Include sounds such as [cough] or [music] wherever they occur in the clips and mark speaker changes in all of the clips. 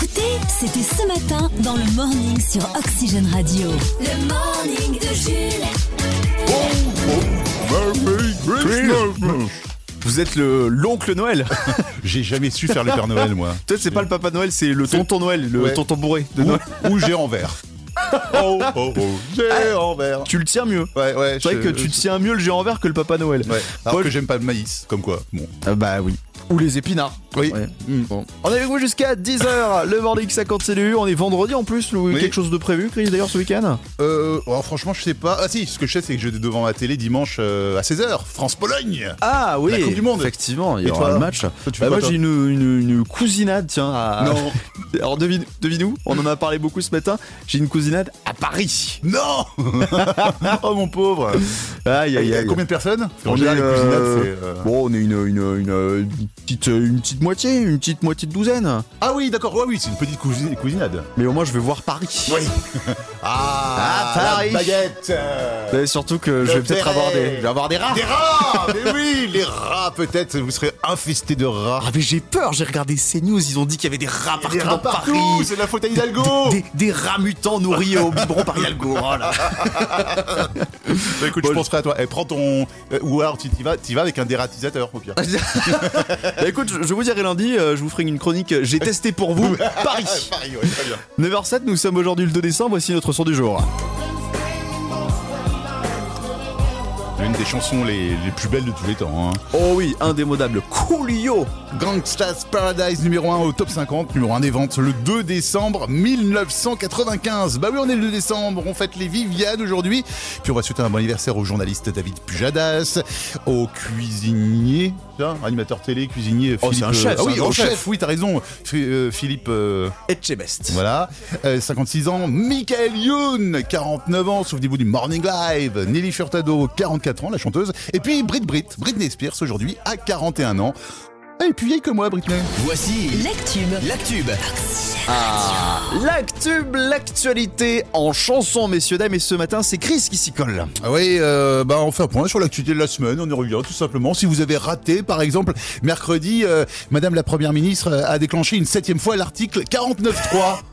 Speaker 1: C'était ce matin dans le morning sur Oxygène Radio. Le morning de
Speaker 2: Christmas.
Speaker 3: Vous êtes le l'oncle Noël.
Speaker 2: J'ai jamais su faire le Père Noël, moi.
Speaker 3: Peut-être c'est pas le Papa Noël, c'est le tonton Noël, le
Speaker 2: Ouais.
Speaker 3: tonton bourré de Noël.
Speaker 2: Ou, ou géant vert. [laughs] Oh, oh, oh, géant vert.
Speaker 3: Tu le tiens mieux.
Speaker 2: Ouais, ouais.
Speaker 3: C'est vrai que
Speaker 2: je-
Speaker 3: tu tiens mieux le géant vert que le Papa Noël.
Speaker 2: Ouais. Alors
Speaker 3: Paul-
Speaker 2: que j'aime pas le maïs, comme quoi. Bon.
Speaker 3: Ah bah oui. Ou les épinards.
Speaker 2: Oui.
Speaker 3: Ouais. On est avec vous jusqu'à 10h. Le morning ça continue. On est vendredi en plus. Louis.
Speaker 2: Oui.
Speaker 3: Quelque chose de prévu, Chris, d'ailleurs, ce week-end
Speaker 2: Euh, alors franchement, je sais pas. Ah si, ce que je sais, c'est que j'étais devant ma télé dimanche euh, à 16h. France-Pologne.
Speaker 3: Ah oui.
Speaker 2: La Coupe du Monde.
Speaker 3: Effectivement, il y
Speaker 2: Et
Speaker 3: aura
Speaker 2: toi
Speaker 3: le match.
Speaker 2: tu fais
Speaker 3: Bah,
Speaker 2: quoi,
Speaker 3: moi,
Speaker 2: toi
Speaker 3: j'ai une, une- une cousinade, tiens. À...
Speaker 2: Non.
Speaker 3: [laughs] Alors, devine, devine où On en a parlé beaucoup ce matin. J'ai une cousinade à Paris.
Speaker 2: Non [laughs] Oh mon pauvre
Speaker 3: Aïe,
Speaker 2: Il
Speaker 3: aïe,
Speaker 2: y a
Speaker 3: aïe.
Speaker 2: combien de personnes Parce qu'en
Speaker 3: On
Speaker 2: général,
Speaker 3: est,
Speaker 2: les cousinades,
Speaker 3: euh,
Speaker 2: c'est, euh,
Speaker 3: Bon, on est une, une, une, euh, une petite, euh, une petite moitié, une petite moitié de douzaine.
Speaker 2: Ah oui, d'accord. Ouais, oui, c'est une petite cousi- cousinade.
Speaker 3: Mais au moins, je vais voir Paris.
Speaker 2: [laughs] Ah,
Speaker 3: Ah,
Speaker 2: la
Speaker 3: Paris.
Speaker 2: baguette euh,
Speaker 3: Et surtout que je vais peut-être
Speaker 2: verrai.
Speaker 3: avoir des, je vais avoir des rats.
Speaker 2: Des rats Mais oui, les rats, peut-être, vous serez infestés de rats.
Speaker 3: Ah mais j'ai peur, j'ai regardé CNews, ils ont dit qu'il y avait des rats partout
Speaker 2: Des rats
Speaker 3: dans
Speaker 2: partout,
Speaker 3: Paris.
Speaker 2: c'est de la faute à Hidalgo
Speaker 3: Des, des rats mutants nourris au biberon par Hidalgo. Oh là.
Speaker 2: Bah, Écoute, je penserai à toi. Eh, prends ton... euh, Ou alors, tu y vas, t'y vas avec un dératisateur, au pire.
Speaker 3: Bah écoute, je, je vous dirai lundi, euh, je vous ferai une chronique, euh, j'ai testé pour vous
Speaker 2: [laughs]
Speaker 3: Paris.
Speaker 2: Paris, ouais, très bien.
Speaker 3: 9h07, nous sommes aujourd'hui le 2 décembre, voici notre son du jour.
Speaker 2: L'une des chansons les, les plus belles de tous les temps. Hein.
Speaker 3: Oh oui, indémodable, Coolio
Speaker 2: Gangsta's Paradise numéro 1 au top 50, numéro 1 des ventes le 2 décembre 1995. Bah oui, on est le 2 décembre, on fête les Viviane aujourd'hui. Puis on va souhaiter un bon anniversaire au journaliste David Pujadas, au cuisinier, tiens, animateur télé, cuisinier
Speaker 3: Oh, c'est
Speaker 2: Philippe-
Speaker 3: un chef,
Speaker 2: Ah oui,
Speaker 3: c'est un
Speaker 2: au
Speaker 3: gros
Speaker 2: chef,
Speaker 3: chef.
Speaker 2: oui, t'as raison. F- euh, Philippe euh,
Speaker 3: Et Chebest.
Speaker 2: voilà, Euh, 56 ans, Michael Youn, 49 ans, souvenez-vous du Morning Live, Nelly Furtado, 44 ans, la chanteuse, et puis Brit Brit, Britney Spears aujourd'hui à 41 ans. Ah, Elle est plus vieille que moi, Britney.
Speaker 1: Jules.
Speaker 4: Voici
Speaker 1: L'actube.
Speaker 4: l'actube.
Speaker 3: L'actube, l'actualité en chanson, messieurs, dames, et ce matin, c'est Chris qui s'y colle.
Speaker 2: Ah oui, euh, bah on fait un point sur l'actualité de la semaine, on y revient tout simplement. Si vous avez raté, par exemple, mercredi, euh, Madame la Première Ministre euh, a déclenché une septième fois l'article 49.3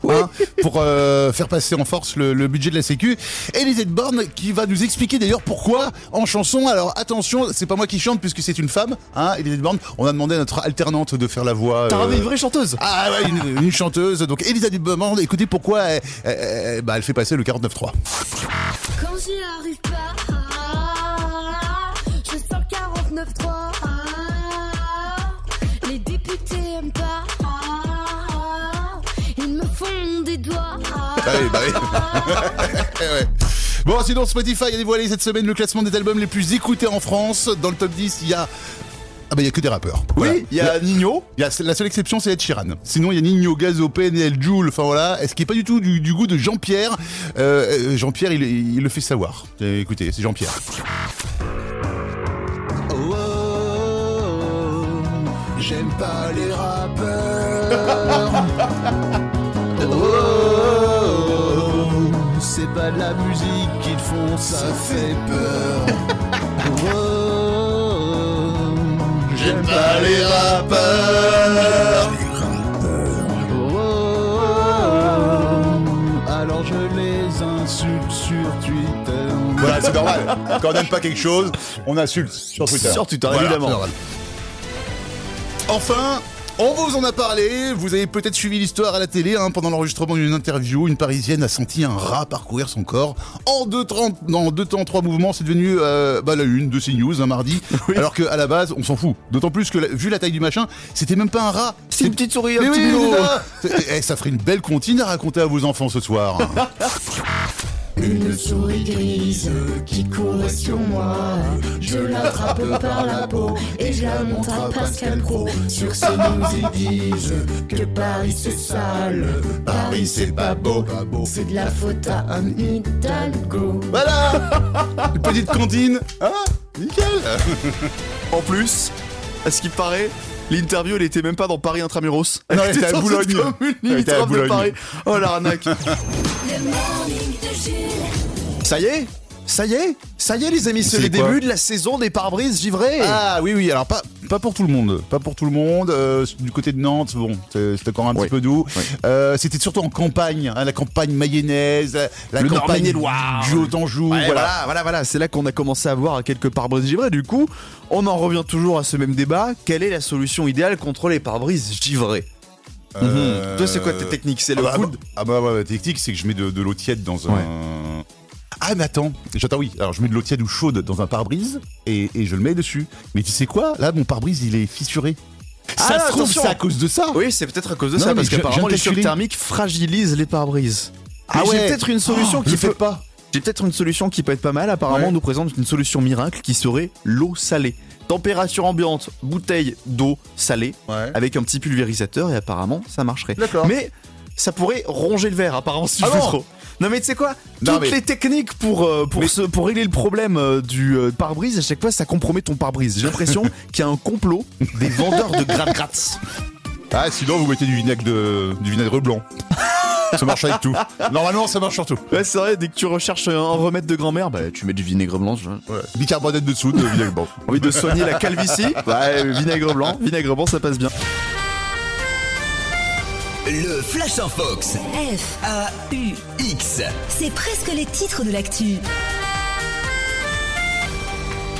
Speaker 2: hein, pour euh, faire passer en force le, le budget de la Sécu. Elisabeth Borne qui va nous expliquer d'ailleurs pourquoi en chanson. Alors attention, c'est pas moi qui chante puisque c'est une femme, hein, Elisabeth Borne. On a demandé à notre alternante de faire la voix.
Speaker 3: T'as
Speaker 2: euh,
Speaker 3: ramené une vraie chanteuse
Speaker 2: Ah ouais, une, une chanteuse. Donc Elisabeth Borne, écoutez pourquoi elle, elle- elle- bah, elle fait passer le 49.3.
Speaker 5: Quand j'y arrive pas, ah, je sens le 49.3. ah, Les députés aiment pas, ah, ils me font des doigts. ah,
Speaker 2: Bah oui, bah oui. Eh Bon, sinon, Spotify a dévoilé cette semaine le classement des albums les plus écoutés en France. Dans le top 10, il y a. Ah bah, il y a que des rappeurs. Voilà.
Speaker 3: Oui, il y a Nino.
Speaker 2: Il y a- la seule exception, c'est Ed Sheeran. Sinon, il y a Nino, Gazo, PNL, Joule. Enfin voilà, est-ce qui est pas du tout du, du goût de Jean-Pierre Euh, euh, Jean-Pierre, il, il le fait savoir. Euh, Écoutez, c'est Jean-Pierre. Oh, oh, J'aime pas les [laughs] rappeurs.
Speaker 3: Oh, C'est pas de la musique qu'ils font, ça fait peur. Oh,
Speaker 2: J'aime pas les rappeurs.
Speaker 3: Oh, alors je les insulte sur Twitter.
Speaker 2: Voilà, c'est normal. Quand on n'aime pas quelque chose, on insulte sur Twitter.
Speaker 3: Sur Twitter,
Speaker 2: Voilà,
Speaker 3: évidemment.
Speaker 2: c'est normal. Enfin. On vous en a parlé, vous avez peut-être suivi l'histoire à la télé, hein, pendant l'enregistrement d'une interview, une Parisienne a senti un rat parcourir son corps. En deux, trente- en deux temps, trois mouvements, c'est devenu euh, bah, la une de CNews un mardi, alors qu'à la base, on s'en fout. D'autant plus que, la- vu la taille du machin, c'était même pas un rat,
Speaker 3: C'est une petite souris, un
Speaker 2: mais
Speaker 3: petit
Speaker 2: oui,
Speaker 3: minot.
Speaker 2: c'est ça. C'est- eh, ça ferait une belle comptine à raconter à vos enfants ce soir.
Speaker 6: Une souris grise qui courait sur moi. Je l'attrape par la peau et je la montre à Pascal Pro. Sur ces news, ils disent que Paris c'est sale.
Speaker 7: Ah
Speaker 6: Paris c'est pas beau, c'est de la faute à un Hidalgo.
Speaker 2: voilà Une petite comptine Hein Nickel
Speaker 3: En plus, à ce qui paraît, l'interview elle était même pas dans Paris Intramuros.
Speaker 2: Non, elle était à
Speaker 3: dans
Speaker 2: Boulogne.
Speaker 3: cette commune
Speaker 2: Elle était à
Speaker 3: limitrophe de
Speaker 2: Boulogne.
Speaker 3: Paris. Oh l'arnaque.
Speaker 1: Le morning de Jules.
Speaker 3: Ça y est,
Speaker 4: Ça y est, ça y est les amis, c'est
Speaker 2: C'est
Speaker 4: le
Speaker 2: quoi
Speaker 4: début de la saison des pare-brises givrés.
Speaker 2: Ah oui, oui, alors pas, pas pour tout le monde. Pas pour tout le monde. Euh, du côté de Nantes, bon, c'est- c'était encore un
Speaker 3: Oui.
Speaker 2: petit peu doux.
Speaker 3: Oui.
Speaker 2: Euh, c'était surtout en campagne, hein, la campagne mayonnaise, la, la
Speaker 3: Le
Speaker 2: campagne du
Speaker 3: Nord-Maine-et-Loire.
Speaker 2: haut en joue.
Speaker 3: Ouais,
Speaker 2: voilà.
Speaker 3: voilà, voilà, voilà. C'est là qu'on a commencé à voir quelques pare-brises givrés. Du coup, on en revient toujours à ce même débat. Quelle est la solution idéale contre les pare-brises givrés Mhm. Toi, c'est quoi tes
Speaker 2: Euh,
Speaker 3: techniques C'est
Speaker 2: ah
Speaker 3: le
Speaker 2: bah,
Speaker 3: coude
Speaker 2: Ah bah, ouais, ouais, technique, c'est que je mets de, de l'eau tiède dans
Speaker 3: Ouais.
Speaker 2: un. Ah mais attends, j'attends oui. Alors je mets de l'eau tiède ou chaude dans un pare-brise et, et je le mets dessus. Mais tu sais quoi Là, mon pare-brise, il est fissuré. ça
Speaker 3: Ah,
Speaker 2: se trouve,
Speaker 3: attention.
Speaker 2: c'est à cause de ça.
Speaker 3: Oui, c'est peut-être à cause de
Speaker 2: Non,
Speaker 3: ça,
Speaker 2: mais
Speaker 3: parce
Speaker 2: je-
Speaker 3: qu'apparemment
Speaker 2: je
Speaker 3: les
Speaker 2: viens de
Speaker 3: chocs
Speaker 2: calculer.
Speaker 3: thermiques fragilisent les pare-brises.
Speaker 2: Ah
Speaker 3: Mais
Speaker 2: ouais.
Speaker 3: J'ai peut-être une solution
Speaker 2: le
Speaker 3: qui
Speaker 2: faites
Speaker 3: peut
Speaker 2: pas.
Speaker 3: J'ai peut-être une solution qui peut être pas mal. Apparemment,
Speaker 2: Ouais.
Speaker 3: on nous présente une solution miracle qui serait l'eau salée. Température ambiante, bouteille d'eau salée
Speaker 2: Ouais.
Speaker 3: avec un petit pulvérisateur et apparemment ça marcherait.
Speaker 2: D'accord.
Speaker 3: Mais ça pourrait ronger le verre apparemment si tu
Speaker 2: Ah
Speaker 3: fais
Speaker 2: non
Speaker 3: trop. Non mais tu sais quoi
Speaker 2: Non,
Speaker 3: Toutes
Speaker 2: mais-
Speaker 3: les techniques pour, euh, pour, se- pour régler le problème euh, du euh, pare-brise, à chaque fois ça compromet ton pare-brise. J'ai
Speaker 2: [laughs]
Speaker 3: l'impression qu'il y a un complot des vendeurs de gratte-gratte.
Speaker 2: Ah sinon, vous mettez du vinaigre de du vinaigre blanc. ça marche avec tout. Normalement, ça marche sur tout.
Speaker 3: Ouais c'est vrai, dès que tu recherches un remède de grand-mère, bah tu mets du vinaigre blanc. je-
Speaker 2: Ouais. Bicarbonate de soude, de vinaigre blanc.
Speaker 3: Envie de soigner la [laughs] calvitie Bah vinaigre blanc, vinaigre blanc ça passe bien.
Speaker 8: Le Flash en Fox.
Speaker 1: F,
Speaker 8: F-A-U-X.
Speaker 1: c'est presque les titres de l'actu.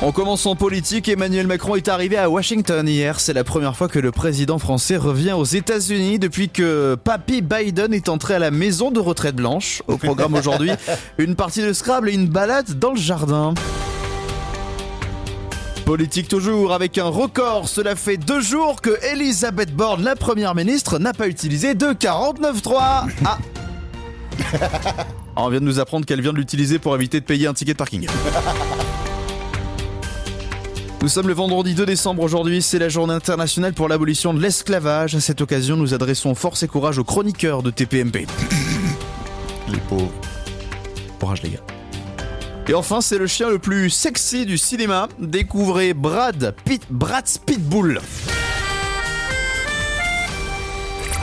Speaker 3: On commence en politique. Emmanuel Macron est arrivé à Washington hier. C'est la première fois que le président français revient aux États-Unis depuis que Papy Biden est entré à la maison de retraite blanche. Au programme aujourd'hui, une partie de Scrabble et une balade dans le jardin. Politique toujours avec un record. Cela fait deux jours que Elisabeth Borne, la première ministre, n'a pas utilisé de 49.3. Ah On vient de nous apprendre qu'elle vient de l'utiliser pour éviter de payer un ticket de parking. Nous sommes le vendredi 2 décembre aujourd'hui, c'est la journée internationale pour l'abolition de l'esclavage. À cette occasion, nous adressons force et courage aux chroniqueurs de [coughs] TPMP.
Speaker 2: Les pauvres.
Speaker 3: Courage les gars. Et enfin, c'est le chien le plus sexy du cinéma. Découvrez Brad Pitt, Brad's Pitbull.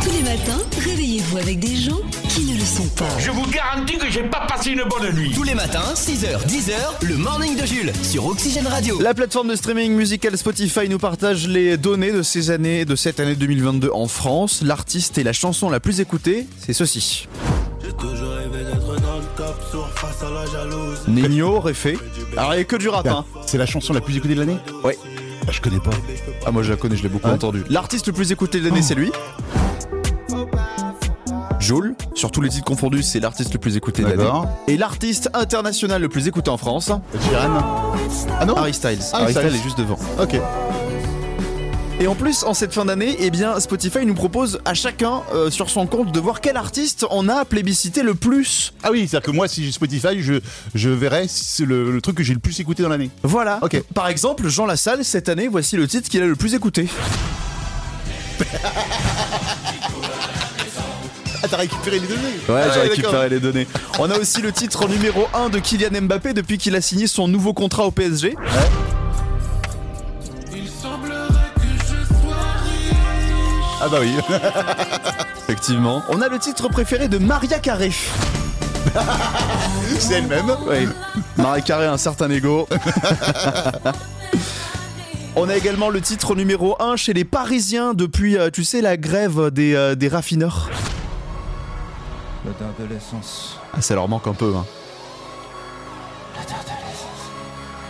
Speaker 1: Tous les matins, réveillez-vous avec des gens qui ne le sont pas.
Speaker 9: Je vous garantis que j'ai pas passé une bonne nuit.
Speaker 8: Tous les matins, 6h, 10h, le morning de Jules sur Oxygène Radio.
Speaker 3: La plateforme de streaming musical Spotify nous partage les données de ces années, de cette année 2022 en France. L'artiste et la chanson la plus écoutée, c'est ceci. Nino aurait fait. Alors il y a que du rap, hein.
Speaker 2: C'est la chanson la plus écoutée de l'année
Speaker 3: Ouais.
Speaker 2: Bah, je connais pas.
Speaker 3: Ah moi je la connais, je l'ai beaucoup
Speaker 2: Ouais.
Speaker 3: entendu. L'artiste le plus écouté de l'année, c'est lui. Joule, sur tous les titres confondus, c'est l'artiste le plus écouté de l'année.
Speaker 2: D'accord.
Speaker 3: Et l'artiste international le plus écouté en France,
Speaker 2: Jiran. Ah non
Speaker 3: Harry Styles.
Speaker 2: Harry
Speaker 3: Harry Styles
Speaker 2: Styles.
Speaker 3: est juste devant.
Speaker 2: Ok.
Speaker 3: Et en plus, en cette fin d'année, eh bien, Spotify nous propose à chacun euh, sur son compte de voir quel artiste on a plébiscité le plus.
Speaker 2: Ah oui, c'est-à-dire que moi, si j'ai Spotify, je, je verrai si c'est le, le truc que j'ai le plus écouté dans l'année.
Speaker 3: Voilà.
Speaker 2: Ok.
Speaker 3: Par exemple, Jean Lassalle, cette année, voici le titre qu'il a le plus écouté.
Speaker 2: Ah, t'as récupéré les données
Speaker 3: Ouais,
Speaker 2: Ah,
Speaker 3: j'ai
Speaker 2: d'accord.
Speaker 3: récupéré les données. On a aussi le titre numéro 1 de Kylian Mbappé depuis qu'il a signé son nouveau contrat au PSG.
Speaker 2: Ah bah oui.
Speaker 3: Effectivement. On a le titre préféré de Maria Carré.
Speaker 2: c'est elle-même.
Speaker 3: Oui. Maria Carré a un certain ego. On a également le titre numéro 1 chez les Parisiens depuis, euh, tu sais, la grève des, euh, des raffineurs. Ah, ça leur manque un peu. Hein.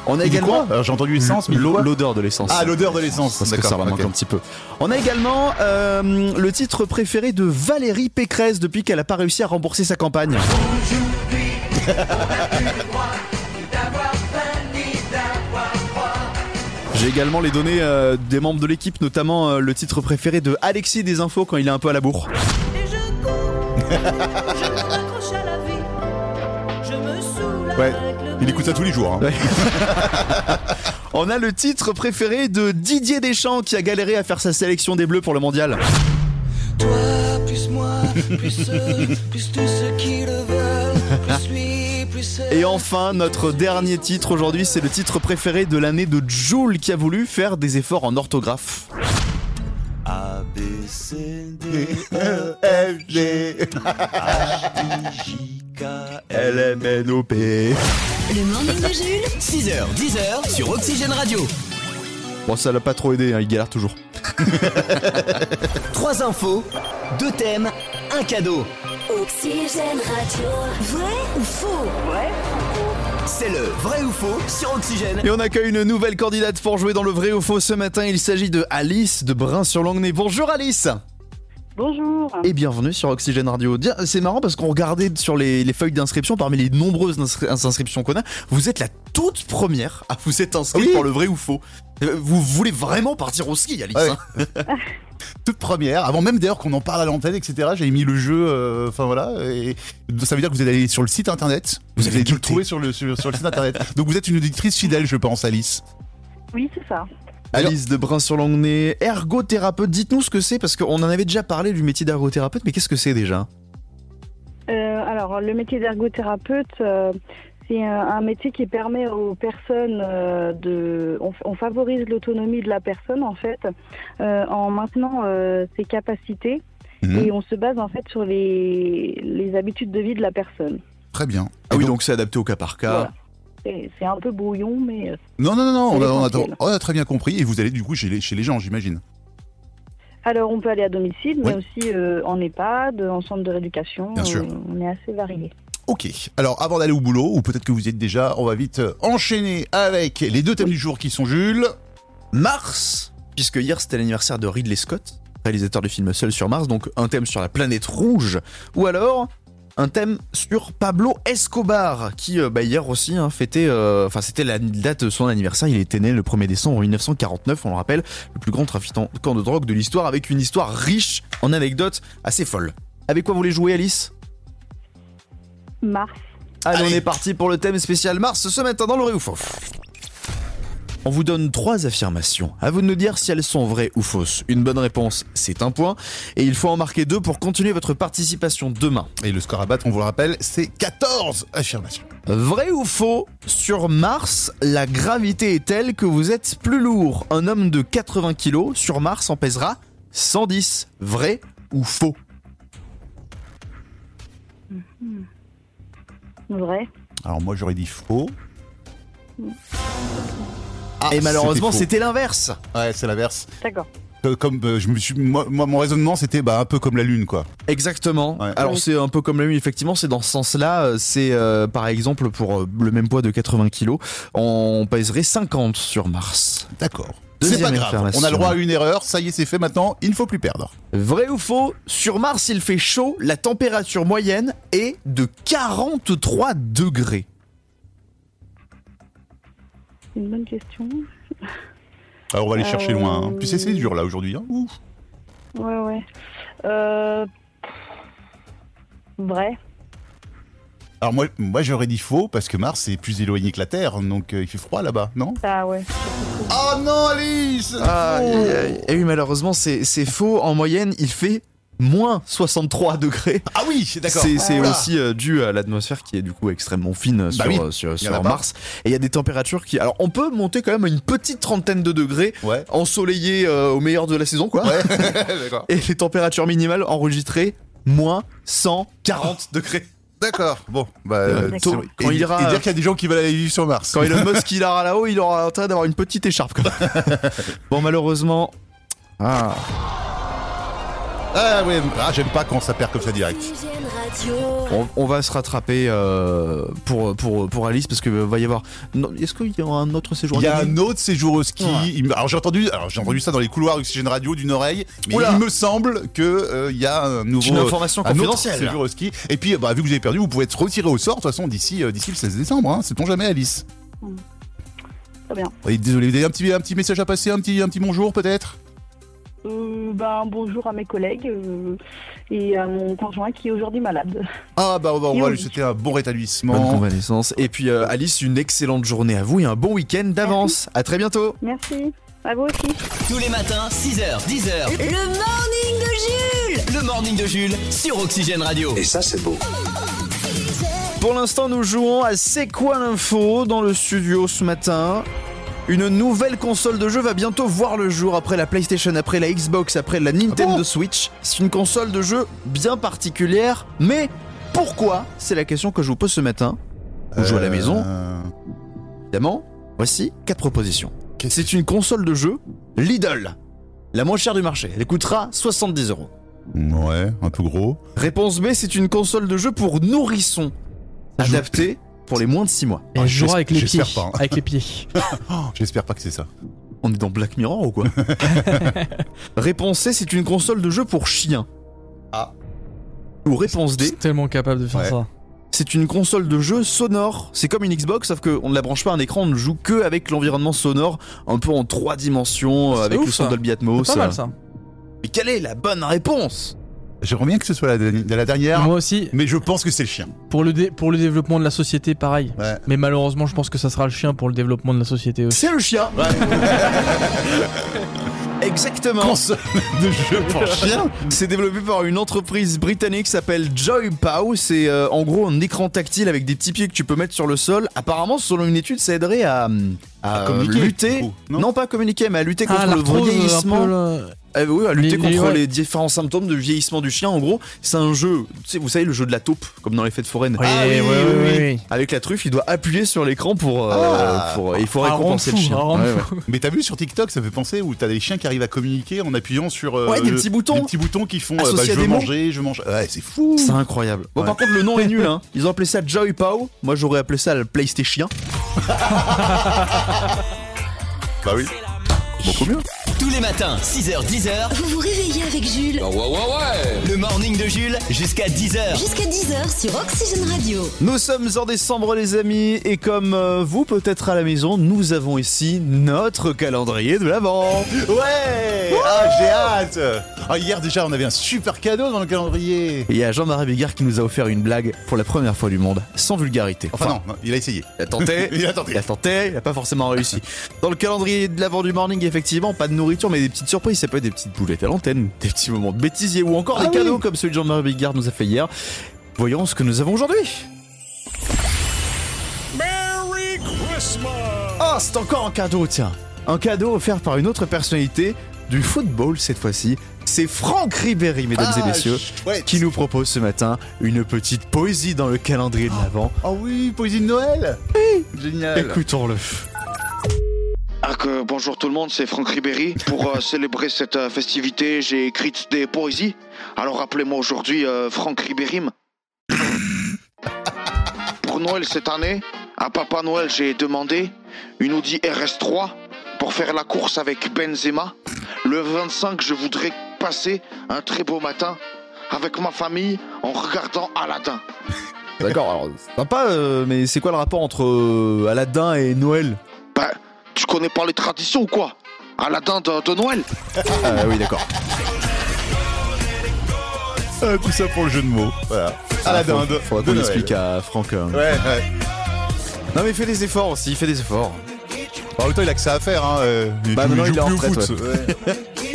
Speaker 3: On a
Speaker 2: Il dit
Speaker 3: également
Speaker 2: quoi Alors, J'ai entendu essence, mais
Speaker 3: l'o-
Speaker 2: quoi
Speaker 3: l'odeur de l'essence.
Speaker 2: Ah, l'odeur de l'essence.
Speaker 3: Parce que ça
Speaker 2: D'accord,
Speaker 3: leur manque
Speaker 2: ok.
Speaker 3: un petit peu. On a également euh, le titre préféré de Valérie Pécresse depuis qu'elle n'a pas réussi à rembourser sa campagne. [laughs] J'ai également les données euh, des membres de l'équipe, notamment euh, le titre préféré de Alexis des Infos quand il est un peu à la bourre.
Speaker 10: Et je cours, je m'accroche à la vie, je me soulève
Speaker 2: Ouais.
Speaker 10: avec le
Speaker 2: Il écoute ça tous les jours. hein.
Speaker 3: Ouais. On a le titre préféré de Didier Deschamps qui a galéré à faire sa sélection des Bleus pour le mondial.
Speaker 11: Toi, plus moi, plus
Speaker 8: [laughs]
Speaker 11: eux, plus tous ceux qui le veulent, plus lui, plus eux.
Speaker 3: Et enfin, notre dernier titre aujourd'hui, c'est le titre préféré de l'année de Joule qui a voulu faire des efforts en orthographe.
Speaker 11: A, B, C, D,
Speaker 2: F, G.
Speaker 11: J, K,
Speaker 3: LMNOP.
Speaker 1: Le morning de Jules.
Speaker 8: 6h, 10h sur Oxygène Radio.
Speaker 3: Bon, ça l'a pas trop aidé, hein, il galère toujours.
Speaker 8: [laughs] Trois infos, deux thèmes, un cadeau.
Speaker 1: Oxygène Radio. Vrai ou faux
Speaker 8: C'est le vrai ou faux sur Oxygène.
Speaker 3: Et on accueille une nouvelle candidate pour jouer dans le vrai ou faux ce matin. Il s'agit de Alice de Brun-sur-Longuenay. Bonjour Alice
Speaker 7: Bonjour.
Speaker 3: Et bienvenue sur Oxygène Radio. Tiens, C'est marrant parce qu'on regardait sur les, les feuilles d'inscription, parmi les nombreuses inscri- inscriptions qu'on a, vous êtes la toute première à vous être inscrite
Speaker 2: Oui.
Speaker 3: pour le vrai ou faux. Euh, Vous voulez vraiment partir au ski, Alice
Speaker 2: Ouais.
Speaker 3: hein
Speaker 2: Toute première, avant même d'ailleurs qu'on en parle à l'antenne, etc. J'avais mis le jeu, euh, enfin voilà, et ça veut dire que vous allez aller sur le site internet. Vous,
Speaker 3: avez
Speaker 2: allez tout le
Speaker 3: guetté.
Speaker 2: trouver sur le, sur, sur le site internet. Donc vous êtes une auditrice fidèle, je pense, Alice.
Speaker 7: Oui, c'est ça.
Speaker 3: Alice de Brun-sur-Longuenay, ergothérapeute, dites-nous ce que c'est parce qu'on en avait déjà parlé du métier d'ergothérapeute, mais qu'est-ce que c'est déjà
Speaker 7: Euh, alors, le métier d'ergothérapeute, euh, c'est un, un métier qui permet aux personnes euh, de. On, f- on favorise l'autonomie de la personne, en fait, euh, en maintenant euh, ses capacités.
Speaker 2: Mhm.
Speaker 7: Et on se base, en fait, sur les, les habitudes de vie de la personne.
Speaker 2: Très bien.
Speaker 3: Ah oui, donc c'est adapté au cas par cas.
Speaker 7: Voilà. C'est c'est un peu brouillon, mais euh,
Speaker 2: Non, non, non, non, on a, on a-
Speaker 7: tranquille.
Speaker 2: on a très bien compris. Et vous allez du coup chez les, chez les gens, j'imagine.
Speaker 7: Alors, on peut aller à domicile, mais
Speaker 2: Oui.
Speaker 7: aussi euh, en EHPAD, en centre de rééducation.
Speaker 2: Bien sûr.
Speaker 7: Euh, on est assez varié.
Speaker 2: Ok. Alors, avant d'aller au boulot, ou peut-être que vous y êtes déjà, on va vite euh, enchaîner avec les deux thèmes du jour qui sont Jules.
Speaker 3: Mars, puisque hier c'était l'anniversaire de Ridley Scott, réalisateur du film Seul sur Mars, donc un thème sur la planète rouge, ou alors un thème sur Pablo Escobar, qui euh, bah, hier aussi hein, fêtait, euh, enfin c'était la date de son anniversaire, il était né le 1er décembre 1949, on le rappelle, le plus grand trafiquant de drogue de l'histoire, avec une histoire riche en anecdotes assez folles. Avec quoi vous voulez jouer Alice
Speaker 7: Mars.
Speaker 3: Allez, on est parti pour le thème spécial Mars ce matin dans le Vrai ou Faux. On vous donne trois affirmations. À vous de nous dire si elles sont vraies ou fausses. Une bonne réponse, c'est un point. Et il faut en marquer deux pour continuer votre participation demain.
Speaker 2: Et le score à battre, on vous le rappelle, c'est 14 affirmations.
Speaker 3: Vrai ou faux Sur Mars, la gravité est telle que vous êtes plus lourd. Un homme de 80 kg sur Mars en pèsera 110. Vrai ou faux
Speaker 7: Vrai.
Speaker 2: Alors, moi, j'aurais dit faux. Ah,
Speaker 3: Et malheureusement,
Speaker 2: c'était
Speaker 3: c'était l'inverse.
Speaker 2: faux. Ouais, c'est l'inverse.
Speaker 7: D'accord.
Speaker 2: Euh, Comme euh, je me suis, moi, moi, mon raisonnement, c'était bah, un peu comme la lune, quoi.
Speaker 3: Exactement.
Speaker 2: Ouais.
Speaker 3: Alors
Speaker 7: Oui.
Speaker 3: c'est un peu comme la nuit, effectivement, c'est dans ce sens-là. euh, C'est euh, par exemple pour euh, le même poids de 80 kg, on pèserait 50 sur Mars.
Speaker 2: D'accord. C'est
Speaker 3: Deuxième
Speaker 2: pas grave. On a le
Speaker 3: affirmation.
Speaker 2: droit à une erreur. Ça y est, c'est fait. Maintenant, il ne faut plus perdre.
Speaker 3: Vrai ou faux Sur Mars, il fait chaud, la température moyenne est de 43 degrés.
Speaker 7: C'est une bonne question.
Speaker 2: Alors, on va aller chercher
Speaker 7: Euh,
Speaker 2: loin. hein. Puis c'est c'est dur là aujourd'hui. hein. Ouf.
Speaker 7: Ouais, ouais. Euh... Vrai.
Speaker 2: Alors moi, moi j'aurais dit faux parce que Mars est plus éloigné que la Terre, donc euh, il fait froid là-bas, non
Speaker 7: Ah ouais.
Speaker 2: Oh non, Alice
Speaker 3: Et oui, malheureusement, c'est c'est faux. En moyenne, il fait moins 63 degrés.
Speaker 2: Ah oui, d'accord.
Speaker 3: C'est c'est
Speaker 2: Ah.
Speaker 3: aussi euh, dû à l'atmosphère qui est du coup extrêmement fine euh, sur,
Speaker 2: Bah oui,
Speaker 3: euh, sur-
Speaker 2: y
Speaker 3: sur
Speaker 2: en a pas.
Speaker 3: Mars. Et il y a des températures qui... Alors on peut monter quand même à une petite trentaine de degrés,
Speaker 2: Ouais.
Speaker 3: ensoleillé euh, au meilleur de la saison quoi. [laughs]
Speaker 2: [laughs] d'accord.
Speaker 3: Et les températures minimales enregistrées, moins 140 degrés.
Speaker 2: D'accord. Bon, bah
Speaker 3: Euh,
Speaker 2: c'est
Speaker 3: tôt-
Speaker 2: vrai.
Speaker 3: quand
Speaker 2: et,
Speaker 3: il ira-
Speaker 2: et dire qu'il y a des gens qui veulent aller vivre sur Mars.
Speaker 3: Quand Elon Musk il ira là-haut, il aura intérêt d'avoir une petite écharpe quand même. Bon malheureusement... Ah.
Speaker 2: [laughs] Ah ouais, ah, j'aime pas quand ça perd comme ça direct.
Speaker 1: Oxygène Radio.
Speaker 3: On, on va se rattraper euh, pour, pour, pour Alice parce que euh, va y avoir... Non, Est-ce qu'il y aura un autre séjour
Speaker 2: Il y a
Speaker 3: organisé
Speaker 2: un autre séjour au ski.
Speaker 3: Ouais.
Speaker 2: Il me- Alors j'ai entendu, alors j'ai entendu ça dans les couloirs d'Oxygène Radio d'une oreille, mais
Speaker 3: Oula.
Speaker 2: il me semble que euh, il y a un nouveau
Speaker 3: Une information
Speaker 2: un autre
Speaker 3: confidentielle.
Speaker 2: séjour au ski. Et puis bah, vu que vous avez perdu, vous pouvez être retiré au sort de toute façon d'ici euh, d'ici le 16 décembre. Hein. Sait-on jamais, Alice
Speaker 7: Mm. Très bien.
Speaker 2: Oui, Désolé, vous avez un petit un petit message à passer, un petit un petit bonjour peut-être.
Speaker 7: Euh, ben, bonjour à mes collègues euh, et à mon conjoint qui est aujourd'hui malade.
Speaker 2: Ah bah, bah, on va
Speaker 7: Oui.
Speaker 2: lui souhaiter un bon
Speaker 3: Bonne
Speaker 2: rétablissement.
Speaker 3: convalescence. Et puis euh, Alice, une excellente journée à vous et un bon week-end d'avance. À très bientôt.
Speaker 7: Merci. À vous aussi.
Speaker 8: Tous les matins, 6h, 10h,
Speaker 1: Le morning de Jules.
Speaker 8: le morning de Jules sur Oxygène Radio.
Speaker 4: Et ça, c'est beau.
Speaker 3: Pour l'instant, nous jouons à C'est quoi l'info dans le studio ce matin. Une nouvelle console de jeu va bientôt voir le jour après la PlayStation, après la Xbox, après la Nintendo
Speaker 2: bon
Speaker 3: Switch. C'est une console de jeu bien particulière, mais Pourquoi C'est la question que je vous pose ce matin. Vous jouez à la
Speaker 2: Euh.
Speaker 3: maison. Évidemment, voici quatre propositions. C'est une console de jeu Lidl, la moins chère du marché. Elle coûtera 70 euros.
Speaker 2: Ouais, un peu gros.
Speaker 3: Réponse B, c'est une console de jeu pour nourrissons, adaptée pour les moins de 6 mois.
Speaker 12: Et elle jouera avec les
Speaker 2: Ah, J'espère
Speaker 12: pieds,
Speaker 2: pas, hein. Oh,
Speaker 12: avec les pieds.
Speaker 2: [laughs] J'espère pas que c'est ça.
Speaker 3: On est dans Black Mirror
Speaker 2: [laughs]
Speaker 3: ou quoi Réponse C, c'est une console de jeu pour chiens.
Speaker 2: Ah.
Speaker 3: Ou réponse D,
Speaker 12: Tellement capable de faire
Speaker 3: Ouais.
Speaker 12: ça.
Speaker 3: c'est une console de jeu sonore. C'est comme une Xbox, sauf qu'on ne la branche pas à un écran, on ne joue que avec l'environnement sonore, un peu en trois dimensions, euh,
Speaker 12: C'est
Speaker 3: avec
Speaker 12: ouf,
Speaker 3: le son
Speaker 12: ça.
Speaker 3: Dolby Atmos.
Speaker 12: C'est pas
Speaker 3: euh.
Speaker 12: mal ça.
Speaker 3: Mais quelle est la bonne réponse
Speaker 2: J'aimerais bien que ce soit la, la dernière,
Speaker 12: Moi aussi,
Speaker 2: mais je pense que c'est le chien.
Speaker 12: pour le, dé- pour le développement de la société, pareil.
Speaker 2: Ouais.
Speaker 12: Mais malheureusement, je pense que ça sera le chien pour le développement de la société aussi.
Speaker 3: C'est le chien [laughs] Exactement
Speaker 2: Console de jeu pour [laughs] chien
Speaker 3: C'est développé par une entreprise britannique qui s'appelle Joypow. C'est euh, en gros un écran tactile avec des petits pieds que tu peux mettre sur le sol. Apparemment, selon une étude, ça aiderait à, à,
Speaker 2: À communiquer, du
Speaker 3: lutter.
Speaker 2: coup, non
Speaker 3: Non, pas à communiquer, mais à lutter contre
Speaker 12: Ah,
Speaker 3: le
Speaker 12: l'arthrose, un peu,
Speaker 3: vieillissement.
Speaker 12: là.
Speaker 3: Eh oui, à lutter
Speaker 12: Les- les-
Speaker 3: contre
Speaker 12: ouais.
Speaker 3: les différents symptômes de vieillissement du chien. En gros, c'est un jeu. tu sais, vous savez, le jeu de la taupe, comme dans les fêtes foraines. Ah
Speaker 12: Oui, oui, oui, oui.
Speaker 3: Avec la truffe, il doit appuyer sur l'écran pour, euh,
Speaker 2: Ah.
Speaker 3: pour- il faut
Speaker 12: Ah, rendre
Speaker 3: récompenser
Speaker 12: fou,
Speaker 3: le chien.
Speaker 12: ah, rendre
Speaker 3: Ouais, ouais.
Speaker 12: fou.
Speaker 2: Mais t'as vu sur TikTok, ça fait penser où t'as des chiens qui arrivent à communiquer en appuyant sur euh,
Speaker 3: Ouais, des petits boutons.
Speaker 2: des petits boutons qui font euh,
Speaker 3: Associés
Speaker 2: bah, je
Speaker 3: à
Speaker 2: veux
Speaker 3: des mots.
Speaker 2: manger, je mange. Ouais, c'est fou.
Speaker 3: C'est incroyable. Bon, par contre, le nom est
Speaker 2: [laughs]
Speaker 3: nul. Hein. Ils ont appelé ça Joy Pow. Moi, j'aurais appelé ça le PlayStation.
Speaker 2: Bah oui. Beaucoup mieux.
Speaker 8: Tous les matins, 6h-10h,
Speaker 1: Vous vous réveillez avec
Speaker 2: Bah
Speaker 1: Jules
Speaker 8: le morning de Jules jusqu'à 10h.
Speaker 1: jusqu'à 10h sur Oxygène Radio.
Speaker 3: Nous sommes en décembre, les amis. Et comme euh, vous, peut-être à la maison, nous avons ici notre calendrier de l'Avent.
Speaker 2: Ouais Ah, j'ai hâte Ah, Hier déjà, on avait un super cadeau dans le calendrier.
Speaker 3: Et Il y a Jean-Marie Bigard qui nous a offert une blague pour la première fois du monde, sans vulgarité.
Speaker 2: Enfin, non, non, il a essayé.
Speaker 3: Il a tenté,
Speaker 2: [laughs] Il a tenté.
Speaker 3: il a tenté, il a pas forcément réussi. Dans le calendrier de l'avant du morning, effectivement, pas de nourriture, mais des petites surprises. Ça peut être des petites boulettes à l'antenne, des petits moments de bêtisier ou encore
Speaker 2: Ah
Speaker 3: des
Speaker 2: oui.
Speaker 3: cadeaux comme celui de Jean-Marie Bigard nous a fait hier. Voyons ce que nous avons aujourd'hui. Ah, c'est encore un cadeau, tiens. Un cadeau offert par une autre personnalité du football cette fois-ci. C'est Franck Ribéry, mesdames et
Speaker 2: Ah,
Speaker 3: messieurs,
Speaker 2: chouette.
Speaker 3: qui nous propose ce matin une petite poésie dans le calendrier de l'Avent.
Speaker 2: Oh oui, poésie de Noël Génial
Speaker 3: Écoutons-le.
Speaker 13: Ah, que bonjour tout le monde, c'est Franck Ribéry. Pour euh, célébrer cette euh, festivité, j'ai écrit des poésies. Alors appelez-moi aujourd'hui euh, Franck Ribérim. Pour Noël cette année, à Papa Noël, j'ai demandé une Audi RS3 pour faire la course avec Ben. Benzema. Le 25, je voudrais passer un très beau matin avec ma famille en regardant Aladdin.
Speaker 3: D'accord, alors sympa, euh, mais c'est quoi le rapport entre euh, Aladdin et Noël
Speaker 13: Ben, tu connais pas les traditions ou quoi Aladdin de- de Noël
Speaker 3: Ah oui, d'accord.
Speaker 2: Euh, Tout ça pour le jeu de mots. Voilà. À la
Speaker 3: Faudra
Speaker 2: dinde. de
Speaker 3: Ah, qu'on
Speaker 2: Noël.
Speaker 3: explique à Franck. euh.
Speaker 2: Ouais, ouais.
Speaker 3: Non, mais fais des efforts aussi, fais des efforts.
Speaker 2: En même temps, il a que ça à faire. Hein. euh, il-
Speaker 3: Bah, maintenant,
Speaker 2: joue
Speaker 3: il est en
Speaker 2: plus au
Speaker 3: retraite,
Speaker 2: foot.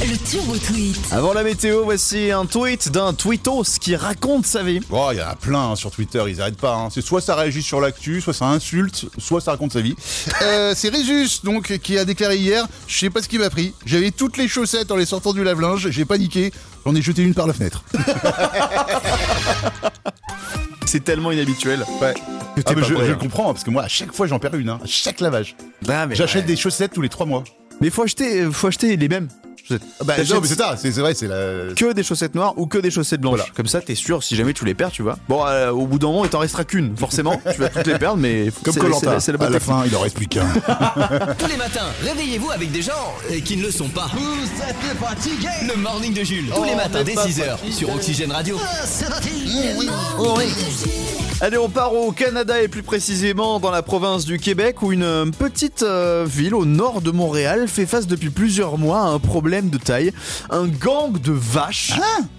Speaker 1: Le turbo tweet.
Speaker 3: Avant la météo, voici un tweet d'un tweetos qui raconte sa vie.
Speaker 2: Oh, il y en a plein hein, sur Twitter, ils arrêtent pas. hein. C'est soit ça réagit sur l'actu, soit ça insulte, soit ça raconte sa [laughs] vie. Euh, c'est Résus donc qui a déclaré hier, je sais pas ce qui m'a pris. J'avais toutes les chaussettes en les sortant du lave-linge, j'ai paniqué, j'en ai jeté une par la fenêtre.
Speaker 3: C'est tellement inhabituel.
Speaker 2: Ouais.
Speaker 3: Que t'es
Speaker 2: Ah, mais
Speaker 3: pas
Speaker 2: je,
Speaker 3: prêt,
Speaker 2: je
Speaker 3: hein.
Speaker 2: comprends parce que moi à chaque fois j'en perds une, hein, à chaque lavage.
Speaker 3: Ah, mais
Speaker 2: J'achète
Speaker 3: ouais.
Speaker 2: des chaussettes tous les trois mois.
Speaker 3: Mais faut acheter, euh, faut acheter les mêmes. chaussettes.
Speaker 2: Ah, Bah
Speaker 3: T'achètes
Speaker 2: non, mais c'est ça, c'est c'est vrai, c'est la.
Speaker 3: Que des chaussettes noires ou que des chaussettes blanches.
Speaker 2: Voilà.
Speaker 3: Comme ça, t'es sûr, si jamais tu les perds, tu vois. Bon, euh, au bout d'un moment, il t'en restera qu'une, forcément. tu vas toutes les perdre, mais
Speaker 2: Comme
Speaker 3: c'est-
Speaker 2: Koh-Lanta.
Speaker 3: c'est la- C'est la bonne
Speaker 2: à la
Speaker 3: technique.
Speaker 2: fin, il en reste plus [laughs] qu'un.
Speaker 8: Tous les matins, réveillez-vous avec des gens euh, qui ne le sont pas. Vous êtes fatigués. Oh, Le morning de Jules, tous les matins dès 6h sur Oxygène Radio. Oh,
Speaker 3: Allez, on part au Canada et plus précisément dans la province du Québec où une euh, petite euh, ville au nord de Montréal fait face depuis plusieurs mois à un problème de taille. Un gang de vaches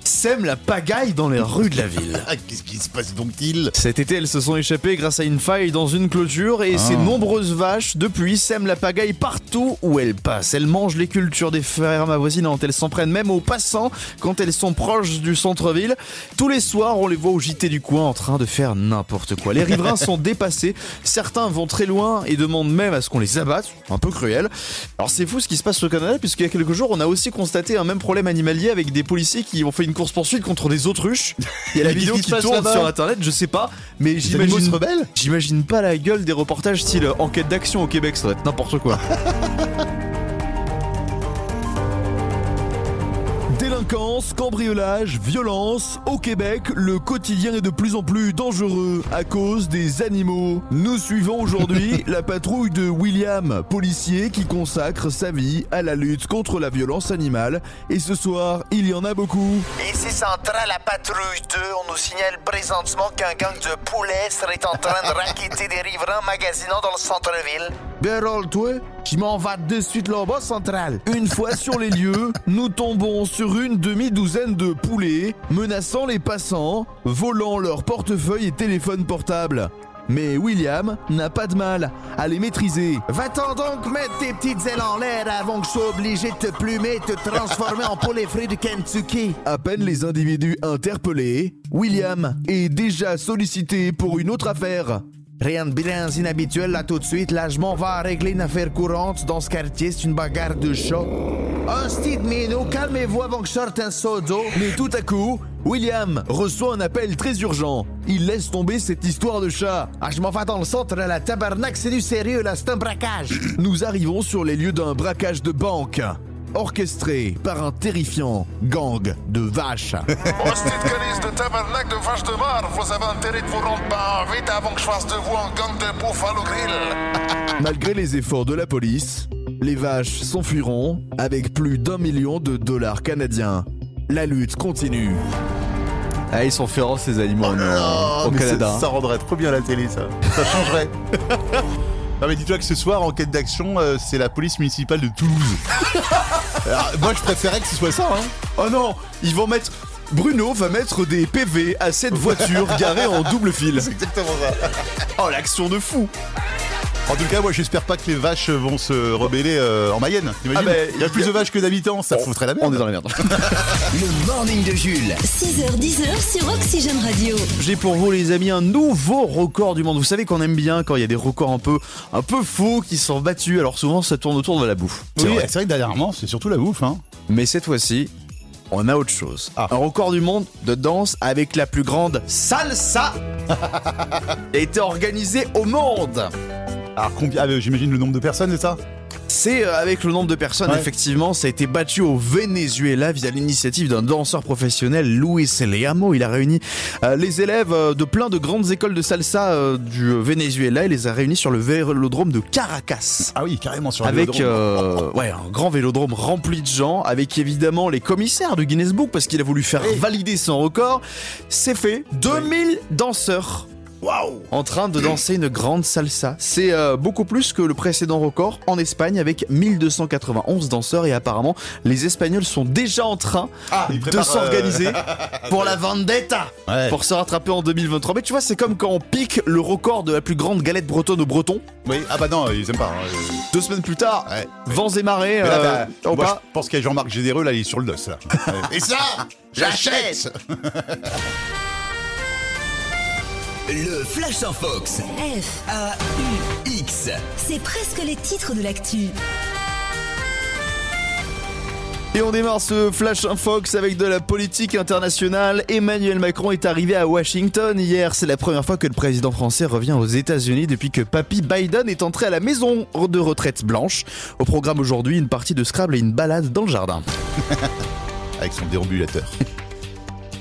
Speaker 3: sème la pagaille dans les rues de la ville.
Speaker 2: Ah, Qu'est-ce qui se passe donc-il
Speaker 3: Cet été, elles se sont échappées grâce à une faille dans une clôture et
Speaker 4: Ah.
Speaker 3: ces nombreuses vaches, depuis, sèment la pagaille partout où elles passent. Elles mangent les cultures des fermes avoisinantes, elles s'en prennent même aux passants quand elles sont proches du centre-ville. Tous les soirs, on les voit au JT du coin en train de faire n'importe quoi. Les riverains sont dépassés, certains vont très loin et demandent même à ce qu'on les abatte, un peu cruel. Alors c'est fou ce qui se passe au Canada puisqu'il y a quelques jours on a aussi constaté un même problème animalier avec des policiers qui ont fait une course poursuite contre des autruches. Il y a la
Speaker 4: Mais
Speaker 3: vidéo
Speaker 4: qu'est-ce
Speaker 3: qui
Speaker 4: qui se passe
Speaker 3: tourne
Speaker 4: là-bas
Speaker 3: sur internet, je sais pas, mais
Speaker 4: animaux se
Speaker 3: j'imagine
Speaker 4: rebellent
Speaker 3: J'imagine pas la gueule des reportages style euh, enquête d'action au Québec, ça doit être n'importe quoi. [laughs] Délinquance, cambriolage, violence, au Québec, le quotidien est de plus en plus dangereux à cause des animaux. Nous suivons [laughs] aujourd'hui la patrouille de William, policier qui consacre sa vie à la lutte contre la violence animale. Et ce soir, il y en a beaucoup.
Speaker 13: Ici Central à Patrouille 2, on nous signale présentement qu'un gang de poulets serait en train de raqueter des riverains magasinant dans le centre-ville.
Speaker 3: Berol, toi, je m'en vais de suite là-bas, central. Une fois sur les lieux, nous tombons sur une demi-douzaine de poulets menaçant les passants, volant leurs portefeuilles et téléphones portables. Mais William n'a pas de mal à les maîtriser.
Speaker 4: Va-t'en donc mettre tes petites ailes en l'air avant que je sois obligé de te plumer et de te transformer en poulet frit du Kentucky.
Speaker 3: À peine les individus interpellés, William est déjà sollicité pour une autre affaire.
Speaker 4: Rien de bien inhabituel là tout de suite. Là, je m'en vais à régler une affaire courante dans ce quartier. C'est une bagarre de chat. Hostie de minot, calmez-vous avant que je sorte un seau d'eau.
Speaker 3: Mais tout à coup, William reçoit un appel très urgent. Il laisse tomber cette histoire de chat.
Speaker 4: Ah, je m'en vais dans le centre, la tabarnak, c'est du sérieux, là, c'est un braquage.
Speaker 3: Nous arrivons sur les lieux d'un braquage de banque, orchestré par un terrifiant gang de vaches.
Speaker 13: Hostie de calice de tabarnak de vache de mort, vous avez intérêt de vous rendre par Bah, vite avant que je fasse de vous un gang de buffalo grill.
Speaker 3: Malgré les efforts de la police, les vaches s'enfuiront avec plus d'un million de dollars canadiens. La lutte continue. Ah, ils sont féroces ces animaux
Speaker 2: Ah, mais c'est- Ça rendrait trop bien la télé, ça. Ça changerait. [laughs] Non mais dis-toi que ce soir, enquête d'action, euh, c'est la police municipale de [laughs] Toulouse. Alors, moi, je préférais que ce soit ça. Hein.
Speaker 3: Oh non, ils vont mettre. Bruno va mettre des PV à cette voiture [laughs] garée en double fil.
Speaker 2: C'est exactement ça.
Speaker 3: Oh l'action de fou
Speaker 2: En tout cas, moi, j'espère pas que les vaches vont se rebeller euh, en Mayenne. T'imagines
Speaker 3: Ah bah,
Speaker 2: Il y a plus de vaches que d'habitants, ça foutrait la merde. On est
Speaker 3: dans la [laughs] merde.
Speaker 8: Le morning de Jules.
Speaker 1: 6h10h sur Oxygène Radio.
Speaker 3: J'ai pour vous les amis un nouveau record du monde. Vous savez qu'on aime bien quand il y a des records un peu un peu faux qui sont battus. Alors souvent ça tourne autour de la bouffe.
Speaker 2: Oui, c'est vrai que dernièrement, c'est surtout la bouffe. Hein.
Speaker 3: Mais cette fois-ci, on a autre chose. Un record du monde de danse avec la plus grande salsa [laughs] qui a été organisée au monde.
Speaker 2: Alors combien ah, mais J'imagine le nombre de personnes, c'est ça
Speaker 3: C'est euh, avec le nombre de personnes,
Speaker 2: Ouais.
Speaker 3: effectivement, ça a été battu au Venezuela via l'initiative d'un danseur professionnel, Luis Leamo. Il a réuni euh, les élèves euh, de plein de grandes écoles de salsa euh, du Venezuela et les a réunis sur le vélodrome de Caracas.
Speaker 2: Ah oui, carrément sur un
Speaker 3: Avec
Speaker 2: vélodrome.
Speaker 3: euh, ouais, un grand vélodrome rempli de gens, avec évidemment les commissaires du Guinness Book parce qu'il a voulu faire valider son record. C'est fait, 2000 danseurs en train de danser une grande salsa. C'est euh, beaucoup plus que le précédent record en Espagne avec 1291 danseurs et apparemment les Espagnols sont déjà en train
Speaker 2: Ah, ils
Speaker 3: de
Speaker 2: préparent, euh, [laughs]
Speaker 3: s'organiser pour la vendetta,
Speaker 2: Ouais.
Speaker 3: pour se rattraper en 2023. Mais tu vois, c'est comme quand on pique le record de la plus grande galette bretonne aux Bretons.
Speaker 2: Oui, ah bah non, ils aiment pas. hein.
Speaker 3: Deux semaines plus tard, vents et marées,
Speaker 2: Mais là,
Speaker 3: euh,
Speaker 2: bah,
Speaker 3: on
Speaker 2: moi,
Speaker 3: part-
Speaker 2: je pense qu'il y a Jean-Marc Généreux, là, il est sur le dos,
Speaker 3: [laughs]
Speaker 2: là. Ouais. Et ça, j'achète
Speaker 8: Le Flash en Fox.
Speaker 1: F,
Speaker 8: X.
Speaker 1: c'est presque les titres de l'actu.
Speaker 3: Et on démarre ce Flash Infox avec de la politique internationale. Emmanuel Macron est arrivé à Washington hier. C'est la première fois que le président français revient aux États-Unis depuis que papy Biden est entré à la maison de retraite blanche. Au programme aujourd'hui, une partie de Scrabble et une balade dans le jardin.
Speaker 2: Avec son déambulateur.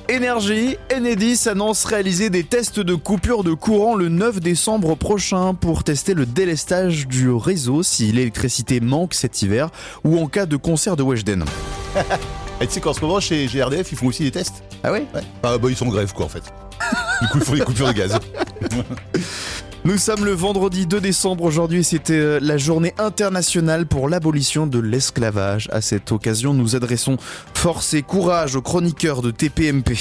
Speaker 3: Énergie, Enedis annonce réaliser des tests de coupure de courant le 9 décembre prochain pour tester le délestage du réseau si l'électricité manque cet hiver ou en cas de concert de Weshden.
Speaker 2: Et tu sais qu'en ce moment, chez GRDF, ils font aussi des tests.
Speaker 3: Ah ouais
Speaker 2: Ah bah, ils sont en grève, quoi, en fait. Du coup, ils font des coupures de gaz.
Speaker 3: Nous sommes le vendredi 2 décembre aujourd'hui et c'était euh, la journée internationale pour l'abolition de l'esclavage. À cette occasion, nous adressons force et courage aux chroniqueurs de TPMP.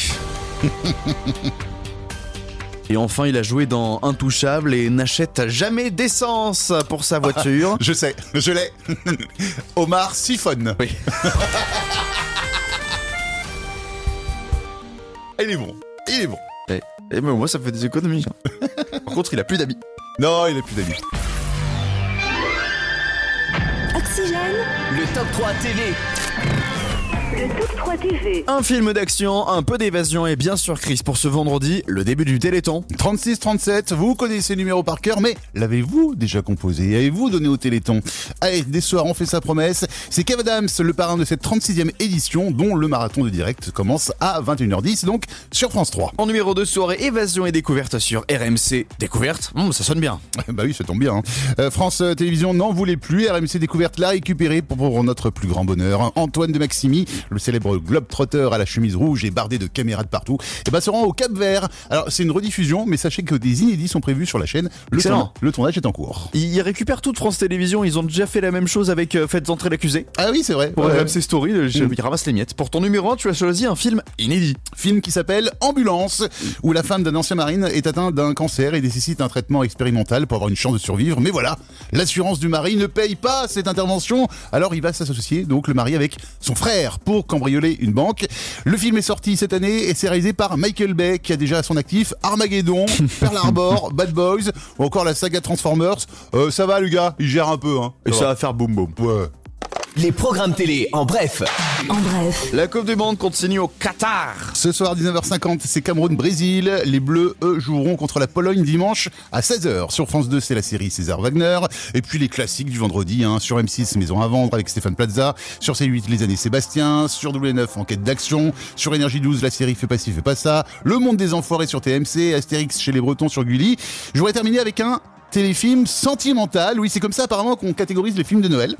Speaker 3: [laughs] Et enfin, il a joué dans Intouchable et n'achète jamais d'essence pour sa
Speaker 2: [laughs]
Speaker 3: voiture.
Speaker 2: Je sais, je l'ai. Omar siphonne. [laughs]
Speaker 3: Oui.
Speaker 2: Il est bon, il est bon.
Speaker 3: Eh, eh, mais moi, ça fait des économies. hein.
Speaker 2: [laughs]
Speaker 3: Par contre, il a plus d'amis.
Speaker 2: Non, il a plus d'amis.
Speaker 1: Oxygène.
Speaker 8: Le top 3 TV.
Speaker 1: Le top 3 TV.
Speaker 3: Un film d'action, un peu d'évasion et bien sûr Chris pour ce vendredi, le début du Téléthon.
Speaker 2: 36-37, vous connaissez le numéro par cœur, mais l'avez-vous déjà composé Avez-vous donné au Téléthon Allez, des soirs, on fait sa promesse. C'est Kev Adams, le parrain de cette 36e édition, dont le marathon de direct commence à 21h10, donc sur France 3.
Speaker 3: En numéro 2, soirée évasion et découverte sur RMC. Découverte Hum, Ça sonne bien.
Speaker 2: [laughs] bah oui, ça tombe bien. hein. Euh, France euh, Télévisions n'en voulait plus. RMC Découverte l'a récupéré pour, pour notre plus grand bonheur. Antoine de Maximi, le célèbre globe-trotteur à la chemise rouge et bardé de caméras de partout, et ben, se rend au Cap Vert. Alors, c'est une rediffusion, mais sachez que des inédits sont prévus sur la chaîne. Le,
Speaker 3: Excellent.
Speaker 2: tourna- le tournage est en cours.
Speaker 3: Ils ils récupèrent toute France Télévisions, ils ont déjà fait la même chose avec euh, Faites entrer l'accusé.
Speaker 2: Ah oui, c'est vrai.
Speaker 3: Pour
Speaker 2: Ouais, ouais.
Speaker 3: RMC Story, le- je- ils ramassent les miettes. Pour ton numéro 1, tu as choisi un film inédit.
Speaker 2: Film qui s'appelle Ambulance, où la femme d'un ancien marine est atteinte d'un cancer et nécessite un traitement expérimental pour avoir une chance de survivre. Mais voilà, l'assurance du mari ne paye pas cette intervention. Alors il va s'associer, donc le mari avec son frère, pour cambrioler une banque. Le film est sorti cette année et c'est réalisé par Michael Bay, qui a déjà à son actif Armageddon, Pearl Harbor, Bad Boys, ou encore la saga Transformers. Euh, ça va, le gars, il gère un peu. Hein.
Speaker 3: Et ça va faire boum boum.
Speaker 2: Ouais.
Speaker 8: Les programmes télé, en bref.
Speaker 1: En bref.
Speaker 3: La Coupe du Monde continue au Qatar.
Speaker 2: Ce soir, 19h50, c'est Cameroun-Brésil. Les Bleus, eux, joueront contre la Pologne dimanche à 16h. Sur France 2, c'est la série César Wagner. Et puis les classiques du vendredi, hein, sur M6, Maison à vendre avec Stéphane Plaza. Sur C8, Les années Sébastien. Sur W9, Enquête d'action. Sur Énergie 12, la série Fais pas ci, fais pas ça. Le monde des enfoirés sur TMC. Astérix chez les Bretons sur Gulli. Je voudrais terminer avec un téléfilm sentimental. Oui, c'est comme ça apparemment qu'on catégorise les films de Noël.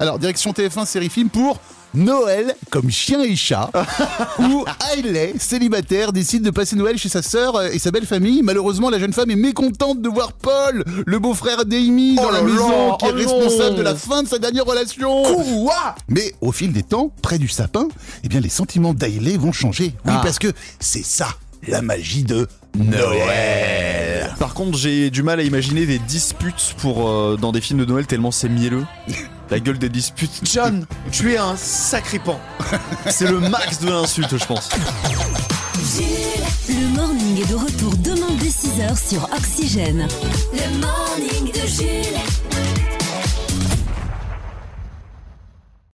Speaker 2: Alors, direction TF1 série film pour Noël comme chien et
Speaker 3: [laughs]
Speaker 2: chat, où Hailey, célibataire, décide de passer Noël chez sa sœur et sa belle famille. Malheureusement, la jeune femme est mécontente de voir Paul, le beau-frère d'Amy, dans
Speaker 3: Oh
Speaker 2: la
Speaker 3: là
Speaker 2: maison,
Speaker 3: là,
Speaker 2: qui est
Speaker 3: oh
Speaker 2: responsable
Speaker 3: non.
Speaker 2: de la fin de sa dernière relation. Mais au fil des temps, près du sapin, eh bien, les sentiments d'Hailey vont changer. Oui,
Speaker 3: Ah.
Speaker 2: parce que c'est ça, la magie de Noël.
Speaker 3: Par contre, j'ai du mal à imaginer des disputes pour euh, dans des films de Noël tellement c'est [laughs] mielleux. La gueule des disputes. John, tu es un sacré [laughs] pan. C'est le max de l'insulte, je pense.
Speaker 1: Le morning est de retour demain dès 6h sur Oxygène. Le morning de Jules.